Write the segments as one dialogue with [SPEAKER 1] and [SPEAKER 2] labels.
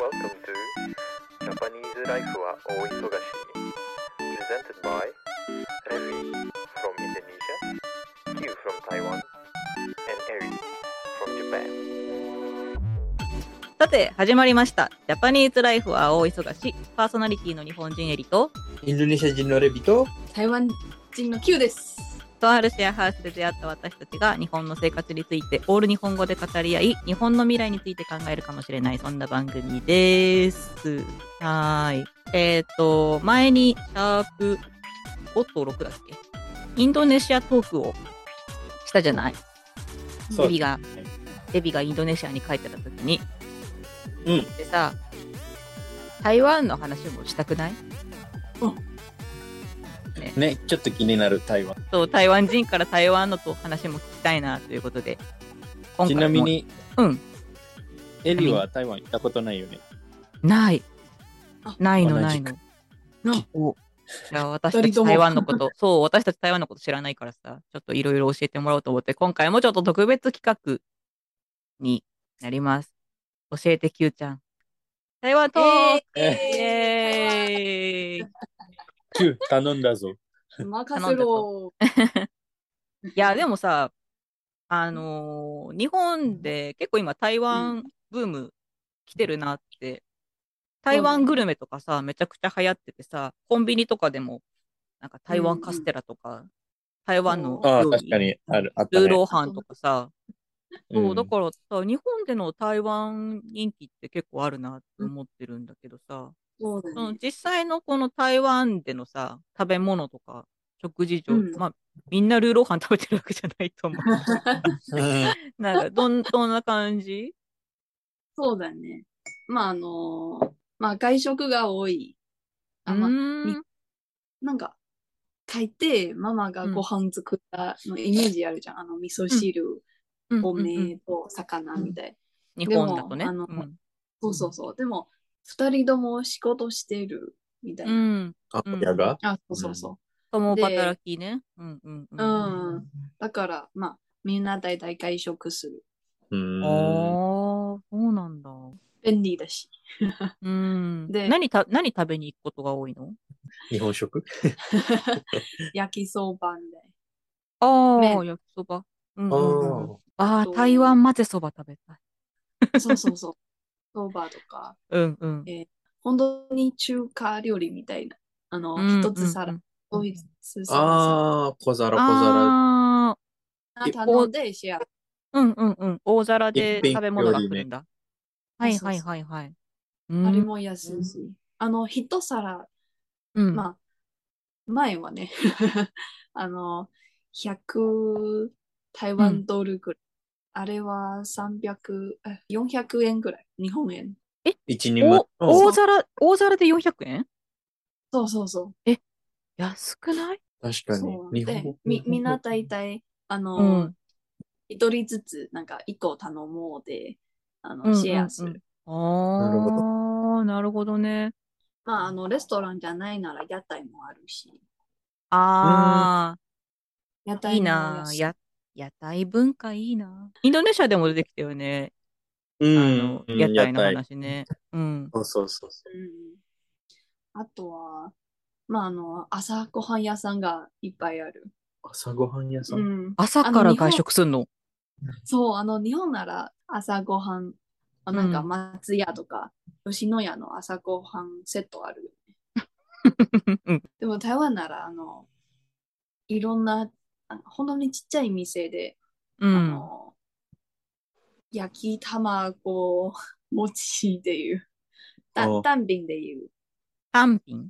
[SPEAKER 1] Welcome to Japanese Life は大忙しに Presented by Revi from Indonesia, Q from Taiwan, and Eri from Japan
[SPEAKER 2] さて始まりました「ジャパニーズライフは大忙し」パーソナリティの日本人エリと
[SPEAKER 3] インドネシア人のレビと
[SPEAKER 4] 台湾人の Q です。
[SPEAKER 2] とあるシェアハウスで出会った私たちが日本の生活についてオール日本語で語り合い日本の未来について考えるかもしれないそんな番組ですはーいえっ、ー、と前にシャープ5と6だっけインドネシアトークをしたじゃない
[SPEAKER 3] そう
[SPEAKER 2] レビがレビがインドネシアに帰ってた時に
[SPEAKER 3] うん
[SPEAKER 2] でさ台湾の話もしたくない
[SPEAKER 3] ねちょっと気になる台湾
[SPEAKER 2] そう台湾人から台湾のと話も聞きたいなということで今回
[SPEAKER 3] ち
[SPEAKER 2] も
[SPEAKER 3] なみに
[SPEAKER 2] うん
[SPEAKER 3] エリは台湾行ったことないよね
[SPEAKER 2] ない
[SPEAKER 4] あ
[SPEAKER 2] ないの
[SPEAKER 3] 同
[SPEAKER 2] ない
[SPEAKER 3] じ
[SPEAKER 2] の
[SPEAKER 4] な
[SPEAKER 2] おじゃあ私た
[SPEAKER 4] 二
[SPEAKER 2] ち
[SPEAKER 4] 人とも
[SPEAKER 2] 台湾のこと そう私たち台湾のこと知らないからさちょっといろいろ教えてもらおうと思って今回もちょっと特別企画になります教えて Q ちゃん台湾トーク、イエーイ
[SPEAKER 3] 9頼んだぞ
[SPEAKER 4] 任せろ。
[SPEAKER 2] いや、でもさ、あのー日本で結構今台湾ブーム来てるなって、台湾グルメとかさ、めちゃくちゃ流行っててさ、コンビニとかでも、なんか台湾カステラとか、台湾の
[SPEAKER 3] ああ
[SPEAKER 2] 料
[SPEAKER 3] 確か
[SPEAKER 2] 理、
[SPEAKER 3] にあるあった
[SPEAKER 2] ル
[SPEAKER 3] ね
[SPEAKER 2] ーローハンとかさ、
[SPEAKER 3] うん
[SPEAKER 2] そう、だからさ、日本での台湾人気って結構あるなって思ってるんだけどさ、
[SPEAKER 4] そうだ
[SPEAKER 2] その
[SPEAKER 4] ね。
[SPEAKER 2] 実際のこの台湾でのさ、食べ物とか、食事上、
[SPEAKER 4] うん
[SPEAKER 2] まあ、みんなルーローハン食べてるわけじゃないと思う。
[SPEAKER 3] うん
[SPEAKER 2] なんかどん、どんな感じ
[SPEAKER 4] そうだね。まあ、あのーまあ、外食が多い。あまあ
[SPEAKER 2] うーん
[SPEAKER 4] なんか、大抵ママがご飯作ったのイメージあるじゃん。あの、味噌汁、
[SPEAKER 2] うんう
[SPEAKER 4] お
[SPEAKER 2] んうん
[SPEAKER 4] 米と魚みたい。
[SPEAKER 2] 日本だとね。
[SPEAKER 4] でもあのそうそうそう。でも、二人とも仕事してるみたいうな。
[SPEAKER 2] ん。
[SPEAKER 3] あ親が
[SPEAKER 4] あ、そうそうそう。
[SPEAKER 2] 共
[SPEAKER 4] で
[SPEAKER 2] 働きね。うんうんう
[SPEAKER 4] うん。だから、まあ、みんな大体外食する。
[SPEAKER 3] う
[SPEAKER 2] ああ、
[SPEAKER 3] ん
[SPEAKER 2] そうなんだ。
[SPEAKER 4] 便利だし。
[SPEAKER 2] うん。
[SPEAKER 4] で
[SPEAKER 2] 何た、何食べに行くことが多いの
[SPEAKER 3] 日本食
[SPEAKER 4] 焼きそばみたいな。
[SPEAKER 2] ああ、
[SPEAKER 4] 麺
[SPEAKER 2] 焼きそば。うん
[SPEAKER 3] あ
[SPEAKER 2] うんうん
[SPEAKER 3] ー
[SPEAKER 2] ああ、台湾混ぜそば食べたい。
[SPEAKER 4] そうそうそう。そばとか、
[SPEAKER 2] うんうん。
[SPEAKER 4] 本当に中華料理みたいな。あの、
[SPEAKER 2] うん
[SPEAKER 4] 一つ皿
[SPEAKER 2] うん、
[SPEAKER 4] ドイツ皿
[SPEAKER 3] あー小皿小皿
[SPEAKER 2] ああ、
[SPEAKER 4] さ頼んでシェア。
[SPEAKER 2] うんうんうん。大皿で
[SPEAKER 3] 一品
[SPEAKER 2] 食べ物が来るんだ。は
[SPEAKER 4] 料理
[SPEAKER 2] い
[SPEAKER 4] ね
[SPEAKER 2] はいはいはい。
[SPEAKER 4] あれ
[SPEAKER 2] うん
[SPEAKER 4] も安いし。あの、一皿、
[SPEAKER 2] うん。
[SPEAKER 4] まあ、前はね、 あの、100台湾ドルぐらい。あれは300、あ400円ぐらい。日本円。
[SPEAKER 3] 一人前
[SPEAKER 2] お大皿、大皿で400円
[SPEAKER 4] そうそうそう。
[SPEAKER 2] 安くない
[SPEAKER 3] 確かに
[SPEAKER 4] そう
[SPEAKER 3] 日
[SPEAKER 4] で
[SPEAKER 3] 本
[SPEAKER 4] みみんな大体あ
[SPEAKER 2] う
[SPEAKER 4] の
[SPEAKER 2] ん
[SPEAKER 4] 一、人ずつなんか一個頼もうであ
[SPEAKER 2] うんうんう
[SPEAKER 4] の
[SPEAKER 2] ん
[SPEAKER 4] シェアする、
[SPEAKER 2] ああ、なるほどね。
[SPEAKER 4] まああのレストランじゃないなら屋台もあるし
[SPEAKER 2] あ
[SPEAKER 4] 屋
[SPEAKER 2] あ、
[SPEAKER 4] 台
[SPEAKER 2] いいな。
[SPEAKER 4] や
[SPEAKER 2] や、屋台文化いいな。インドネシアでも出てきたよね。
[SPEAKER 3] う
[SPEAKER 2] あ
[SPEAKER 3] ん
[SPEAKER 2] の、屋台の
[SPEAKER 3] 屋台
[SPEAKER 2] 話ね。うん。
[SPEAKER 3] そうそうそう
[SPEAKER 4] うん、あとはまああの朝ごはん屋さんがいっぱいある、
[SPEAKER 3] 朝ごはん屋さ
[SPEAKER 4] うんん、
[SPEAKER 2] 朝から外食すんの
[SPEAKER 4] そうあの日本なら朝ごはんあなんか
[SPEAKER 2] うん
[SPEAKER 4] 松屋とか、吉野家の朝ごはんセットあるよ
[SPEAKER 2] うん
[SPEAKER 4] でも台湾ならあのいろんなあの本当にちっちゃい店で、
[SPEAKER 2] う
[SPEAKER 4] あ
[SPEAKER 2] ん。
[SPEAKER 4] の焼き卵 餅でいうた
[SPEAKER 3] あ
[SPEAKER 4] 単品でいう
[SPEAKER 2] 単品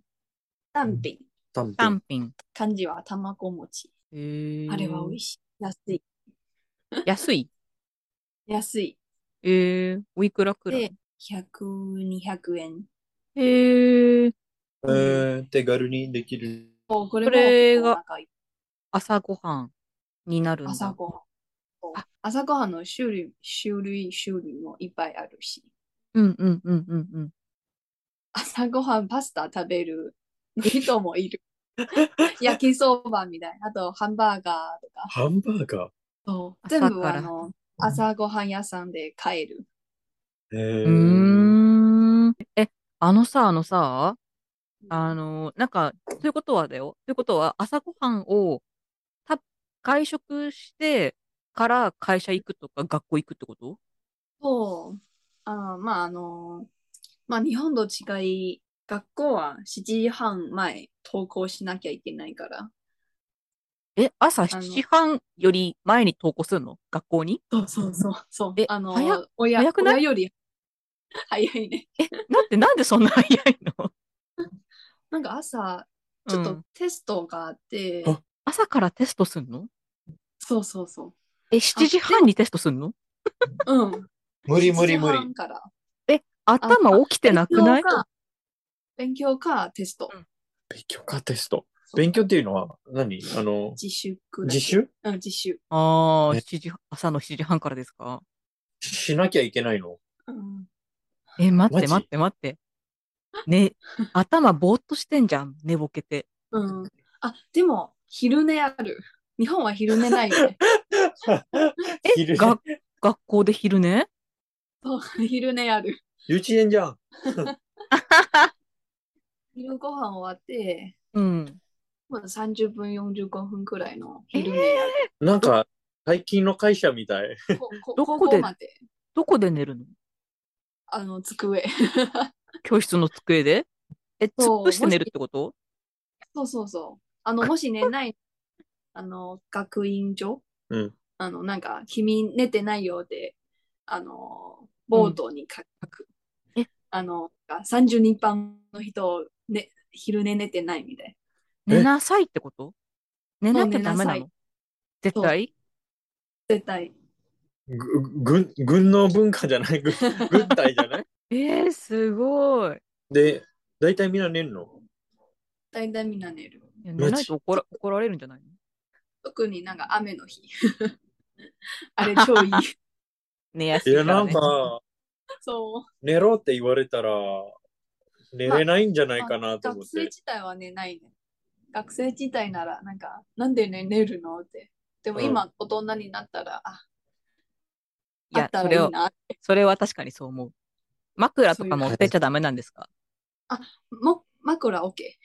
[SPEAKER 4] 単品
[SPEAKER 3] 単品
[SPEAKER 2] 単品。
[SPEAKER 4] 漢字は卵餅
[SPEAKER 2] へえ。
[SPEAKER 4] あれは美味
[SPEAKER 2] し
[SPEAKER 4] しい安い
[SPEAKER 2] い。安い
[SPEAKER 4] 安い
[SPEAKER 2] ええ、おいくらくらい
[SPEAKER 4] で100200円
[SPEAKER 2] へえ。
[SPEAKER 3] えー手軽にできる
[SPEAKER 4] おこれ
[SPEAKER 2] それが
[SPEAKER 4] もお腹いっ
[SPEAKER 2] 朝ごはんになるん
[SPEAKER 4] 朝
[SPEAKER 2] だ。
[SPEAKER 4] ごはんそう
[SPEAKER 2] あ。
[SPEAKER 4] 朝ごはんの種類、種類、種類もいっぱいあるし、
[SPEAKER 2] うんうんうんうんうん。
[SPEAKER 4] 朝ごはんパスタ食べる人 もいる。焼きそばみたいな、あとハンバーガーとか、
[SPEAKER 3] ハンバーガ
[SPEAKER 4] そう
[SPEAKER 2] 朝
[SPEAKER 4] 全
[SPEAKER 2] か
[SPEAKER 4] 部
[SPEAKER 2] ら
[SPEAKER 4] あの朝ごはん屋さんで買える。
[SPEAKER 3] ーえ
[SPEAKER 2] うーん。あのさ、あのさ、あの、なんか、ということはだよ。ということは、朝ごはんを、た、外食してから会社行くとか、学校行くってこと
[SPEAKER 4] そう。あーまあ、あの、まあ、日本と違い、学校は7時半前登校しなきゃいけないから。
[SPEAKER 2] え、朝
[SPEAKER 4] の
[SPEAKER 2] 7時半より前に登校するの学校に
[SPEAKER 4] そうそうそう。そう
[SPEAKER 2] え
[SPEAKER 4] あの
[SPEAKER 2] 早っ、
[SPEAKER 4] 親、
[SPEAKER 2] 早くない
[SPEAKER 4] 親より早いね。
[SPEAKER 2] なんで、なんでそんな早いの
[SPEAKER 4] なんか朝、 ちょっ
[SPEAKER 2] う
[SPEAKER 4] と
[SPEAKER 2] ん
[SPEAKER 4] テストがあって、
[SPEAKER 3] あ
[SPEAKER 2] 朝からテストすんの
[SPEAKER 4] そうそうそ
[SPEAKER 2] え、7時半にテストすんの
[SPEAKER 4] う。うん。
[SPEAKER 3] 無理無理無
[SPEAKER 4] 7時
[SPEAKER 3] 理
[SPEAKER 4] 半。から。
[SPEAKER 2] 頭起きてなくない
[SPEAKER 4] 勉強か、勉強かテスト。
[SPEAKER 3] 勉強かテスト。勉強っていうのは何、あの、
[SPEAKER 4] 自習
[SPEAKER 3] 自習
[SPEAKER 4] うん、自習。
[SPEAKER 2] ああ、
[SPEAKER 3] ね
[SPEAKER 2] 7時、朝の7時半からですか
[SPEAKER 3] しなきゃいけな いの
[SPEAKER 4] うん。
[SPEAKER 2] え、待っ
[SPEAKER 3] マ
[SPEAKER 2] て
[SPEAKER 3] ジ
[SPEAKER 2] 待って待って。ね、頭ぼーっとしてんじゃん、寝ぼけて。
[SPEAKER 4] うん。あ、でも、昼寝ある。日本は昼寝ない よね。
[SPEAKER 3] 昼
[SPEAKER 2] が学校で昼寝
[SPEAKER 4] そう、昼寝ある。
[SPEAKER 3] 幼稚園じゃん。
[SPEAKER 4] 昼ご飯終わって、
[SPEAKER 2] うん。
[SPEAKER 4] まだ30分、45分くらいの昼寝やる。
[SPEAKER 3] なんか、最近の会社みたい。
[SPEAKER 4] ここ
[SPEAKER 2] ど
[SPEAKER 4] 高
[SPEAKER 2] こ
[SPEAKER 4] 校
[SPEAKER 2] で
[SPEAKER 4] まで、
[SPEAKER 2] どこで寝るの
[SPEAKER 4] あの、机。
[SPEAKER 2] 教室の机でえ、突
[SPEAKER 4] そう
[SPEAKER 2] っ伏して寝るってこと
[SPEAKER 4] そうそうそう。あの、もし寝ない、あの、学院所
[SPEAKER 3] うん。
[SPEAKER 4] あの、なんか、君寝てないようで、あの、ボードに書く。
[SPEAKER 2] うんえ
[SPEAKER 4] あの、32番の人、ね、昼寝寝てないみた
[SPEAKER 3] え
[SPEAKER 4] い。
[SPEAKER 2] 寝なさいってこと寝なきゃダメな
[SPEAKER 4] そう寝なさ
[SPEAKER 2] の絶対
[SPEAKER 4] 絶対。
[SPEAKER 3] ぐ軍、軍の文化じゃない軍軍隊じゃない
[SPEAKER 2] えー、すごい。
[SPEAKER 3] で、大体みんな寝るの。
[SPEAKER 4] 大体みんな寝る。
[SPEAKER 2] いや
[SPEAKER 3] マジ
[SPEAKER 2] 寝ないと怒ら怒られるんじゃないの
[SPEAKER 4] 特になんか 雨の日。あれ超いい。
[SPEAKER 2] 寝やす
[SPEAKER 3] い
[SPEAKER 2] いか
[SPEAKER 3] や、
[SPEAKER 2] ら、
[SPEAKER 3] なん
[SPEAKER 2] ね。
[SPEAKER 3] か、
[SPEAKER 4] そ
[SPEAKER 3] 寝ろって言われたら、寝れないんじゃないかな
[SPEAKER 4] う。
[SPEAKER 3] と思
[SPEAKER 4] 学
[SPEAKER 3] っ
[SPEAKER 4] 生
[SPEAKER 3] て。
[SPEAKER 4] 自体は寝ないね。学生自体なら、なんか、なんで寝寝るのって。でも今、大人になったら、あ、
[SPEAKER 2] い
[SPEAKER 4] あっ
[SPEAKER 2] や、
[SPEAKER 4] た
[SPEAKER 2] そ
[SPEAKER 4] らい
[SPEAKER 2] れ
[SPEAKER 4] い
[SPEAKER 2] を、
[SPEAKER 4] な。
[SPEAKER 2] それは確かにそう思う。枕とか持ってっちゃダメなんですか
[SPEAKER 4] も枕 OK。
[SPEAKER 3] え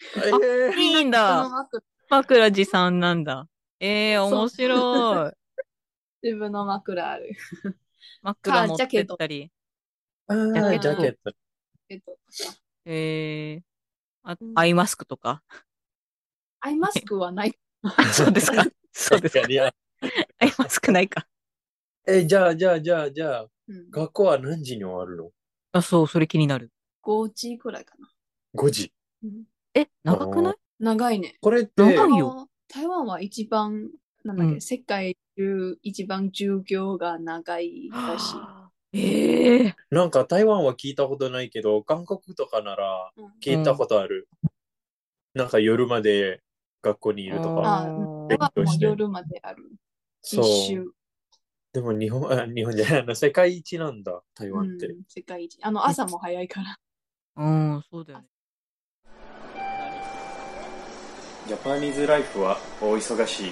[SPEAKER 3] ー
[SPEAKER 2] いいん
[SPEAKER 4] その
[SPEAKER 2] だ。
[SPEAKER 4] 枕、
[SPEAKER 2] 枕持参なんだ。えー、
[SPEAKER 4] そう
[SPEAKER 2] 面白い。
[SPEAKER 4] 自分の枕ある。
[SPEAKER 2] 枕持ってったり。
[SPEAKER 3] あー
[SPEAKER 2] ジ
[SPEAKER 3] ジ
[SPEAKER 2] ャ
[SPEAKER 3] ャ
[SPEAKER 4] ケット
[SPEAKER 3] ケット。
[SPEAKER 4] えっと、
[SPEAKER 2] えー、あ
[SPEAKER 4] うん
[SPEAKER 2] アイマスクとか。
[SPEAKER 4] アイマスクはない。
[SPEAKER 2] そうです か。そうですか
[SPEAKER 3] 確。かにあ
[SPEAKER 2] アイマスクないか。
[SPEAKER 3] え、じゃあ、じゃあ、じゃあ、じゃあ、
[SPEAKER 4] うん、
[SPEAKER 3] 学校は何時に終わるの
[SPEAKER 2] あ、そう、それ気になる。
[SPEAKER 4] 5時くらいかな。
[SPEAKER 3] ?5 時。
[SPEAKER 4] うん
[SPEAKER 2] え、長くない
[SPEAKER 4] 長いね。
[SPEAKER 3] これって、
[SPEAKER 2] 長い
[SPEAKER 4] 台
[SPEAKER 2] よ
[SPEAKER 4] 湾台湾は一番、なんだっけ、
[SPEAKER 2] うん
[SPEAKER 4] 世界中一番授業が長いらしい。
[SPEAKER 2] ええ
[SPEAKER 3] なんか台湾は聞いたことないけど、韓国とかなら
[SPEAKER 4] うん
[SPEAKER 3] 聞いたことある。なんか夜まで学校にいるとか。
[SPEAKER 4] あ
[SPEAKER 3] 勉強
[SPEAKER 4] 台湾も
[SPEAKER 3] して
[SPEAKER 4] 夜まである。
[SPEAKER 3] そ
[SPEAKER 4] 実
[SPEAKER 3] う。
[SPEAKER 4] 習。
[SPEAKER 3] でも日本、あ 日本じゃないあの、世界一なんだ、台
[SPEAKER 4] う
[SPEAKER 3] 湾
[SPEAKER 4] ん
[SPEAKER 3] って。、
[SPEAKER 4] 世界一。あの、朝も早いから。
[SPEAKER 2] うん、そうだよね。
[SPEAKER 1] ジャパニーズライフは大忙しい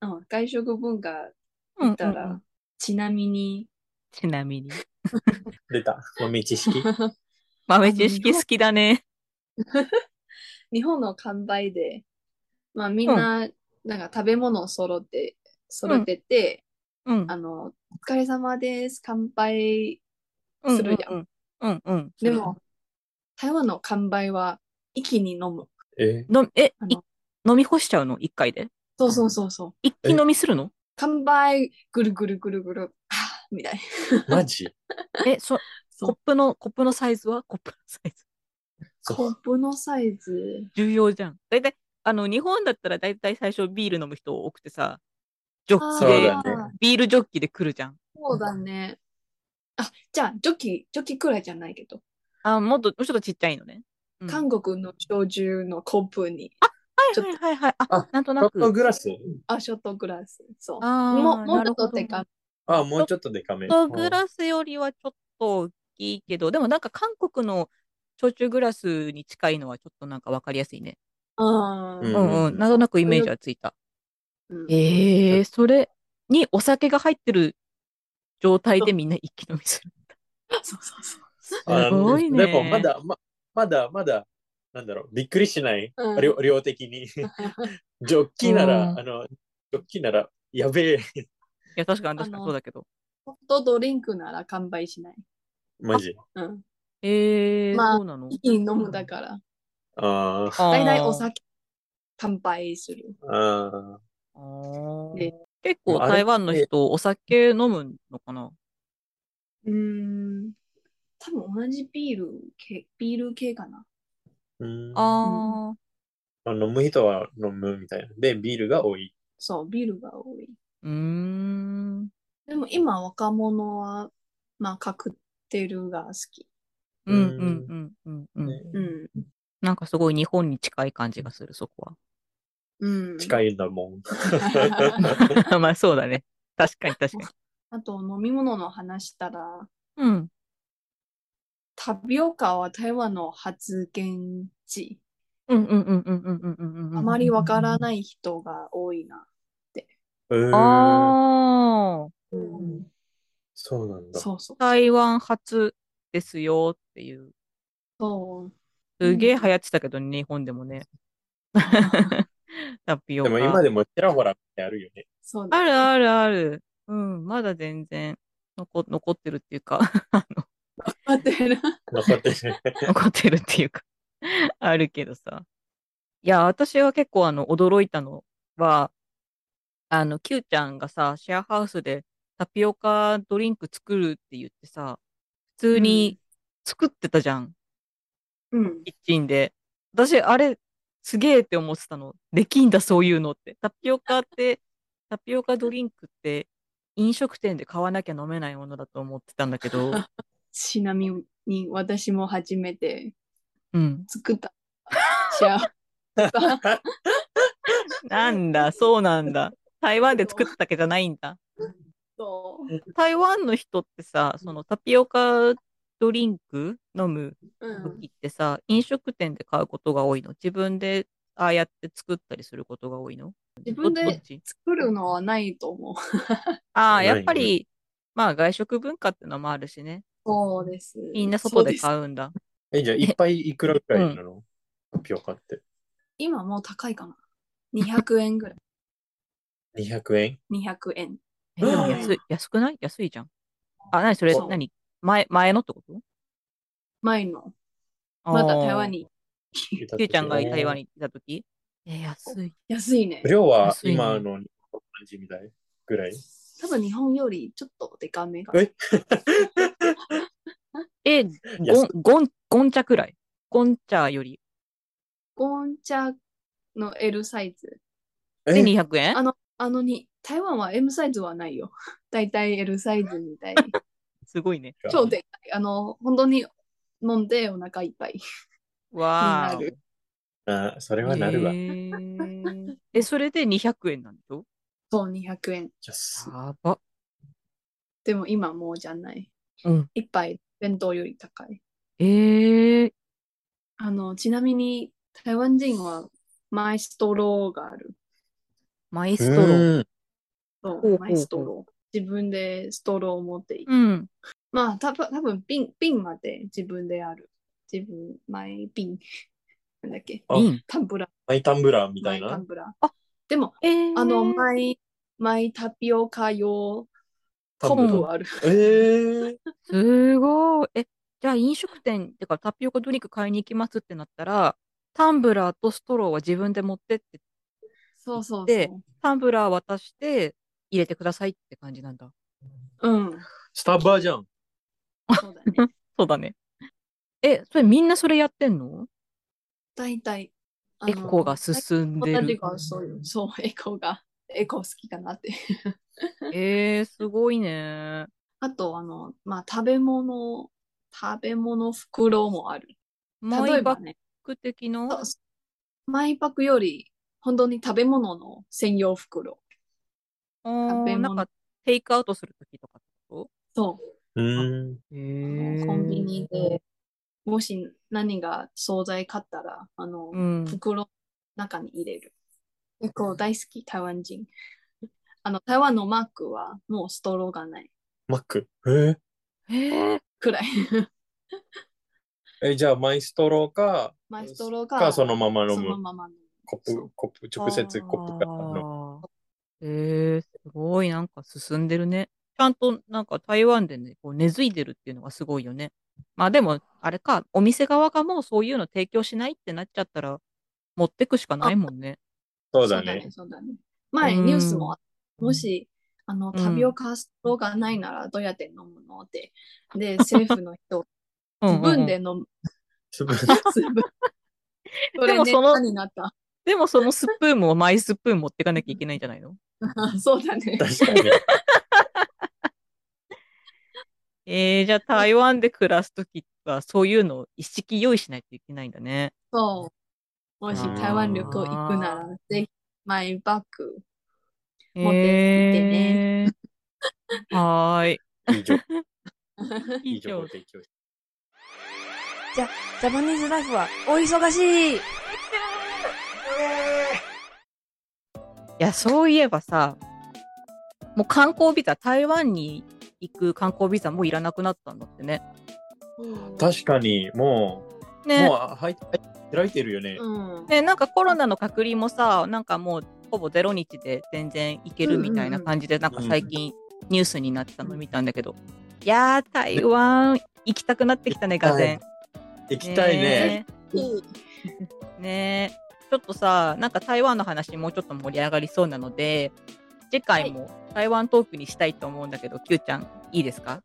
[SPEAKER 4] うん、外食文化
[SPEAKER 2] うん
[SPEAKER 4] いたら、
[SPEAKER 2] うんうん
[SPEAKER 4] ちなみに、
[SPEAKER 2] ちなみに。
[SPEAKER 3] 出た。豆知識。
[SPEAKER 2] 豆知識好きだね。
[SPEAKER 4] 日本の完売で、まあみんな、なんか食べ物を揃って、揃ってて、
[SPEAKER 2] うん。
[SPEAKER 4] あの、お疲れ様です、乾杯。
[SPEAKER 2] うん
[SPEAKER 4] するやん
[SPEAKER 2] うんうん。うんうん。
[SPEAKER 4] でも、台湾の乾杯は、一気に飲む。
[SPEAKER 3] え
[SPEAKER 2] の、え
[SPEAKER 4] あ、
[SPEAKER 2] い
[SPEAKER 4] の
[SPEAKER 2] 飲み干しちゃうの一回で
[SPEAKER 4] そうそうそうそう。
[SPEAKER 2] 一気飲みするの
[SPEAKER 4] 乾杯、ぐるぐるぐるぐる、はぁみたいな。
[SPEAKER 3] マジ
[SPEAKER 2] え、そ、
[SPEAKER 4] そ
[SPEAKER 2] コッ
[SPEAKER 4] う
[SPEAKER 2] プの、コップのサイズはコップのサイズ。
[SPEAKER 4] コップのサイズ。
[SPEAKER 2] 重要じゃん。だいたい、あの、日本だったらだいたい最初ビール飲む人多くてさ、ジョッキ
[SPEAKER 3] そう
[SPEAKER 2] で、
[SPEAKER 3] だね
[SPEAKER 4] あー
[SPEAKER 2] ビールジョッキで来るじゃん。
[SPEAKER 4] そうだね。あ、じゃあ、ジョッキ、ジョッキくらいじゃないけど、
[SPEAKER 2] あ、もっと、もうちょっとちっちゃいのね。うん
[SPEAKER 4] 韓国の焼酎のコップに、ち
[SPEAKER 2] は
[SPEAKER 4] ょ
[SPEAKER 2] いはい
[SPEAKER 4] っと
[SPEAKER 2] はいはい。あ
[SPEAKER 3] あ、
[SPEAKER 2] なんと
[SPEAKER 3] カ
[SPEAKER 2] な
[SPEAKER 3] ップ
[SPEAKER 2] く。
[SPEAKER 3] グラス
[SPEAKER 4] あ、ショットグラス。そう。
[SPEAKER 2] あー
[SPEAKER 4] もう、もう
[SPEAKER 2] なる
[SPEAKER 4] ちょっ
[SPEAKER 2] ほ
[SPEAKER 4] と
[SPEAKER 2] ど
[SPEAKER 4] ってか、
[SPEAKER 3] あ、もうちょっとでかめ。
[SPEAKER 2] ショットグラスよりはちょっと大きいけど、でもなんか韓国の焼酎グラスに近いのはちょっとなんかわかりやすいね。
[SPEAKER 4] うん
[SPEAKER 3] う
[SPEAKER 2] うんんうん。なんとなくイメージはついた。
[SPEAKER 4] うん
[SPEAKER 2] ええそれにお酒が入ってる状態でみんな一気飲みする。
[SPEAKER 4] そうそうそう。
[SPEAKER 2] すごいね
[SPEAKER 3] あのでもまだ、ままだ、まだ、なんだろう、びっくりしない、
[SPEAKER 4] うん
[SPEAKER 3] 量量 的に。ジョッキなら、
[SPEAKER 2] うん
[SPEAKER 3] あの、ジョッキなら、やべえ、
[SPEAKER 2] や、確かに確か
[SPEAKER 4] あ
[SPEAKER 2] に
[SPEAKER 4] の
[SPEAKER 2] そうだけど。
[SPEAKER 4] ホットドリンクなら完売しない。
[SPEAKER 3] マジ。
[SPEAKER 4] うん。
[SPEAKER 2] えー、
[SPEAKER 4] まあ
[SPEAKER 2] そうなの
[SPEAKER 4] いい飲むだから。
[SPEAKER 3] あー
[SPEAKER 4] 大体
[SPEAKER 2] あ
[SPEAKER 4] お
[SPEAKER 2] ー
[SPEAKER 4] 酒乾杯する。
[SPEAKER 3] あー。
[SPEAKER 2] あー
[SPEAKER 4] で
[SPEAKER 2] 結構
[SPEAKER 3] まああれ
[SPEAKER 2] 台湾の人、お酒飲むのかな
[SPEAKER 4] うーん。多分同じビール系、ビール系かな。
[SPEAKER 3] うん
[SPEAKER 2] あ
[SPEAKER 3] まあ飲む人は飲むみたいな。で、ビールが多い。
[SPEAKER 4] そう、ビールが多い。
[SPEAKER 2] ー、うーん。
[SPEAKER 4] でも今若者は、まあカクテルが好き。
[SPEAKER 2] うんうんうんうんうん。
[SPEAKER 4] うん。
[SPEAKER 2] なんかすごい日本に近い感じがする、そこ
[SPEAKER 4] うん。
[SPEAKER 3] 近いんだもん。
[SPEAKER 2] は。まあそうだね。確かに確かに。
[SPEAKER 4] あと飲み物の話したら、
[SPEAKER 2] うん。
[SPEAKER 4] タピオカは台湾の発源地。
[SPEAKER 2] うんうんうんうんうんうんうんうんうん。
[SPEAKER 4] あまりわから
[SPEAKER 2] い。
[SPEAKER 4] ない人が多いな。
[SPEAKER 3] うーん。
[SPEAKER 2] ああ、
[SPEAKER 4] うん、
[SPEAKER 3] そうなんだ。
[SPEAKER 4] そうそう。
[SPEAKER 2] 台湾初ですよっていう。
[SPEAKER 4] そう。
[SPEAKER 2] すげえ流行ってたけど、日本でもね。タピオ
[SPEAKER 3] で
[SPEAKER 2] カ。
[SPEAKER 3] も今でもちらほらってあるよね。
[SPEAKER 4] そうだ
[SPEAKER 2] あるあるある。うん、まだ全然残残ってるっていうか、あの
[SPEAKER 4] 待ってな。
[SPEAKER 3] 残ってる。
[SPEAKER 2] 残ってるっていうか、あるけどさ。いや、私は結構あの、驚いたのは、あの、Q ちゃんがさ、シェアハウスでタピオカドリンク作るって言ってさ、普通に作ってたじゃん、
[SPEAKER 4] うん。
[SPEAKER 2] キッチンで。私、あれ、すげえって思ってたの。できんだ、そういうのって。タピオカって、タピオカドリンクって、飲食店で買わなきゃ飲めないものだと思ってたんだけ ど、
[SPEAKER 4] ちなみに私も初めて
[SPEAKER 2] うん。
[SPEAKER 4] 作った。シェア。
[SPEAKER 2] なんだ、そうなんだ。台湾で作っただけじゃないんだ。
[SPEAKER 4] そう。
[SPEAKER 2] 台湾の人ってさ、そのタピオカドリンク飲む
[SPEAKER 4] うん。
[SPEAKER 2] 時ってさ、飲食店で買うことが多いの自分でああやって作ったりすることが多いの
[SPEAKER 4] 自分
[SPEAKER 2] どどっ
[SPEAKER 4] で
[SPEAKER 2] ち
[SPEAKER 4] 作るのはないと思う。
[SPEAKER 2] あ
[SPEAKER 3] な
[SPEAKER 2] あ、
[SPEAKER 3] いね
[SPEAKER 2] やっぱり、まあ外食文化ってのもあるしね。
[SPEAKER 4] そうです。
[SPEAKER 2] みんな外で
[SPEAKER 4] そうす
[SPEAKER 2] 買うんだ。
[SPEAKER 3] え、じゃあ、いっぱいいくらくらいなのタピオカって。
[SPEAKER 4] 今もう高いかな。200 円ぐらい。
[SPEAKER 3] 200円
[SPEAKER 4] 200円。
[SPEAKER 2] えでも安い、安くない安いじゃん。あ、なにそれ、
[SPEAKER 4] そう
[SPEAKER 2] なに前、前のってこと
[SPEAKER 4] 前の。まだ台湾。に。
[SPEAKER 2] キューちゃんが台湾
[SPEAKER 3] に。
[SPEAKER 2] にいた時えー安い。
[SPEAKER 4] 安いね。
[SPEAKER 3] 量は
[SPEAKER 2] 安いね
[SPEAKER 3] 今の同じみたいぐらい。
[SPEAKER 4] 多分日本よりちょっとデカめが。
[SPEAKER 3] え
[SPEAKER 2] え、
[SPEAKER 3] 安
[SPEAKER 2] ゴンゴン、
[SPEAKER 3] い、
[SPEAKER 2] ゴンチャくらい。ゴンチャより。
[SPEAKER 4] ゴンチャの L サイズ。
[SPEAKER 2] で
[SPEAKER 3] え
[SPEAKER 2] 200円
[SPEAKER 4] あの、あのに、台湾は M サイズはないよ。 だいたい L サイズ みたい。
[SPEAKER 2] すごいね。
[SPEAKER 4] 超でかい。あの、本当に飲んでお腹いっぱい。
[SPEAKER 2] わ
[SPEAKER 4] にな
[SPEAKER 2] ー
[SPEAKER 4] る
[SPEAKER 3] あそれはなるわ
[SPEAKER 2] へ。ーえ、それで200円なんでしょ
[SPEAKER 4] そう、200円。
[SPEAKER 3] 安
[SPEAKER 2] やば。
[SPEAKER 4] でも今もうじゃない。
[SPEAKER 2] うん。
[SPEAKER 4] 一杯弁当より高い。
[SPEAKER 2] えー、
[SPEAKER 4] あの、ちなみに台湾人はマイストローがある。
[SPEAKER 2] マイ
[SPEAKER 3] い
[SPEAKER 2] ストロー。
[SPEAKER 3] うん
[SPEAKER 4] そう、
[SPEAKER 2] ほうほうほう
[SPEAKER 4] マイストロー。自分でストローを持っていく。
[SPEAKER 2] うん。
[SPEAKER 4] まあ、たぶん、多分瓶、瓶まで自分である。自分、マイ瓶。 なんだっけ。
[SPEAKER 3] あ
[SPEAKER 2] 瓶。
[SPEAKER 4] タンブラー。
[SPEAKER 3] マイタンブラーみた
[SPEAKER 4] マ
[SPEAKER 3] い
[SPEAKER 4] イタ
[SPEAKER 3] な
[SPEAKER 4] ン。ブラー。
[SPEAKER 2] あ
[SPEAKER 4] でも、
[SPEAKER 2] えー、
[SPEAKER 4] あの、マイ、マイタピオカ用コ
[SPEAKER 3] タンブラ
[SPEAKER 4] ッ
[SPEAKER 3] ー
[SPEAKER 4] プはある。
[SPEAKER 3] えー、
[SPEAKER 2] すごい。え、じゃあ飲食店てかタピオカドリンク買いに行きますってなったら、タンブラーとストローは自分で持ってって、
[SPEAKER 4] そうそうそ
[SPEAKER 2] で
[SPEAKER 4] う。
[SPEAKER 2] タンブラー渡して入れてくださいって感じなんだ。
[SPEAKER 4] うん。
[SPEAKER 3] スタバじゃん。
[SPEAKER 4] そうだね。
[SPEAKER 2] そうだね。え、それみんなそれやってんの
[SPEAKER 4] 大体。あの
[SPEAKER 2] エコが進んで
[SPEAKER 4] 私
[SPEAKER 2] る。
[SPEAKER 4] がそういう、そう、エコが、エコ好きかなって。
[SPEAKER 2] えー、すごいね。
[SPEAKER 4] あと、あの、まあ、食べ物、食べ物袋もある。
[SPEAKER 2] マ
[SPEAKER 4] 例え
[SPEAKER 2] イ
[SPEAKER 4] ば
[SPEAKER 2] バ
[SPEAKER 4] ね、
[SPEAKER 2] ッグ的な
[SPEAKER 4] そうマイパクより、本当に食べ物の専用袋。
[SPEAKER 2] あー
[SPEAKER 4] 食べ物
[SPEAKER 2] なんかテイクアウトするときとかってこ
[SPEAKER 4] そう。
[SPEAKER 3] うん。
[SPEAKER 2] と
[SPEAKER 4] あのコンビニで、もし何が惣菜買ったら、あの、
[SPEAKER 2] うん。
[SPEAKER 4] 袋の中に入れる。結構大好き、台湾人。あの、台湾のマックはもうストローがない
[SPEAKER 3] マック。えー、
[SPEAKER 2] えー、
[SPEAKER 4] くらい。
[SPEAKER 3] え、じゃあ、マイストローか、
[SPEAKER 4] マイストロー
[SPEAKER 3] か
[SPEAKER 4] が
[SPEAKER 3] そのまま飲
[SPEAKER 4] その
[SPEAKER 3] む。
[SPEAKER 4] まま飲む
[SPEAKER 3] コップ、コップ、直接コップから飲む。
[SPEAKER 2] あーえー、すごい、なんか進んでるね。ちゃんと、なんか台湾でね、こう根付いてるっていうのがすごいよね。まあでも、あれか、お店側がもうそういうの提供しないってなっちゃったら、持ってくしかないもんね。
[SPEAKER 3] そうだね。
[SPEAKER 4] そうだね。前、
[SPEAKER 2] うん
[SPEAKER 4] ニュースもあった、もし、あの、
[SPEAKER 2] ん
[SPEAKER 4] タピオカストローがないならどうやって飲むのって。で、政府の人、
[SPEAKER 2] うんうん
[SPEAKER 4] 自
[SPEAKER 2] うん
[SPEAKER 4] 分で飲 む。
[SPEAKER 3] スプーン
[SPEAKER 4] 自分。そ
[SPEAKER 2] でも
[SPEAKER 4] れね、
[SPEAKER 2] その
[SPEAKER 4] 何になった
[SPEAKER 2] でもそのスプーンもマイスプーン持ってかなきゃいけないんじゃないの
[SPEAKER 4] そう だね。
[SPEAKER 3] 確かにね。
[SPEAKER 2] えー、じゃあ台湾で暮らすときは、そういうのを一式用意しないといけないんだね。
[SPEAKER 4] そう。もし台湾旅行行くなら、ぜひ、マイバッグ。持って
[SPEAKER 2] え
[SPEAKER 4] っ
[SPEAKER 2] ね。
[SPEAKER 4] て
[SPEAKER 2] はーい。
[SPEAKER 3] 以 上、
[SPEAKER 2] 以
[SPEAKER 3] 以
[SPEAKER 2] 上
[SPEAKER 3] 上、提供し
[SPEAKER 5] ジャパニーズライフはお忙しい
[SPEAKER 2] いや、そういえばさ、もう観光ビザ、台湾に行く観光ビザもういらなくなったんだってね。
[SPEAKER 3] た確かに、もう、
[SPEAKER 2] ね
[SPEAKER 3] もう、はい、はい開いてるよね。
[SPEAKER 4] うん。
[SPEAKER 2] ねなんかコロナの隔離もさ、なんかもうほぼゼロ日で全然行けるみたいな感じで、なんか最近ニュースになってたの見たんだけど。いやー、台湾行きたくなってきたね、がぜ
[SPEAKER 3] 行きたいね。。
[SPEAKER 2] ねえちょっとさ、なんか台湾の話もうちょっと盛り上がりそうなので、次回も台湾トークにしたいと思うんだけど、キューちゃん、いいですか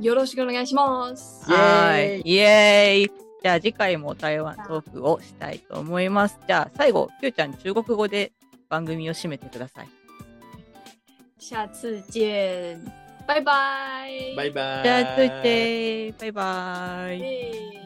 [SPEAKER 4] よろしくお願いします。
[SPEAKER 2] はい。イエーイ。じゃあ次回も台湾トークをしたいと思います。じゃあ最後、キューちゃん、中国語で番組を締めてください。
[SPEAKER 4] 下次见。バイバイ。
[SPEAKER 3] バイバイ。
[SPEAKER 2] じゃあ、ついて、バイバイ。
[SPEAKER 4] イ。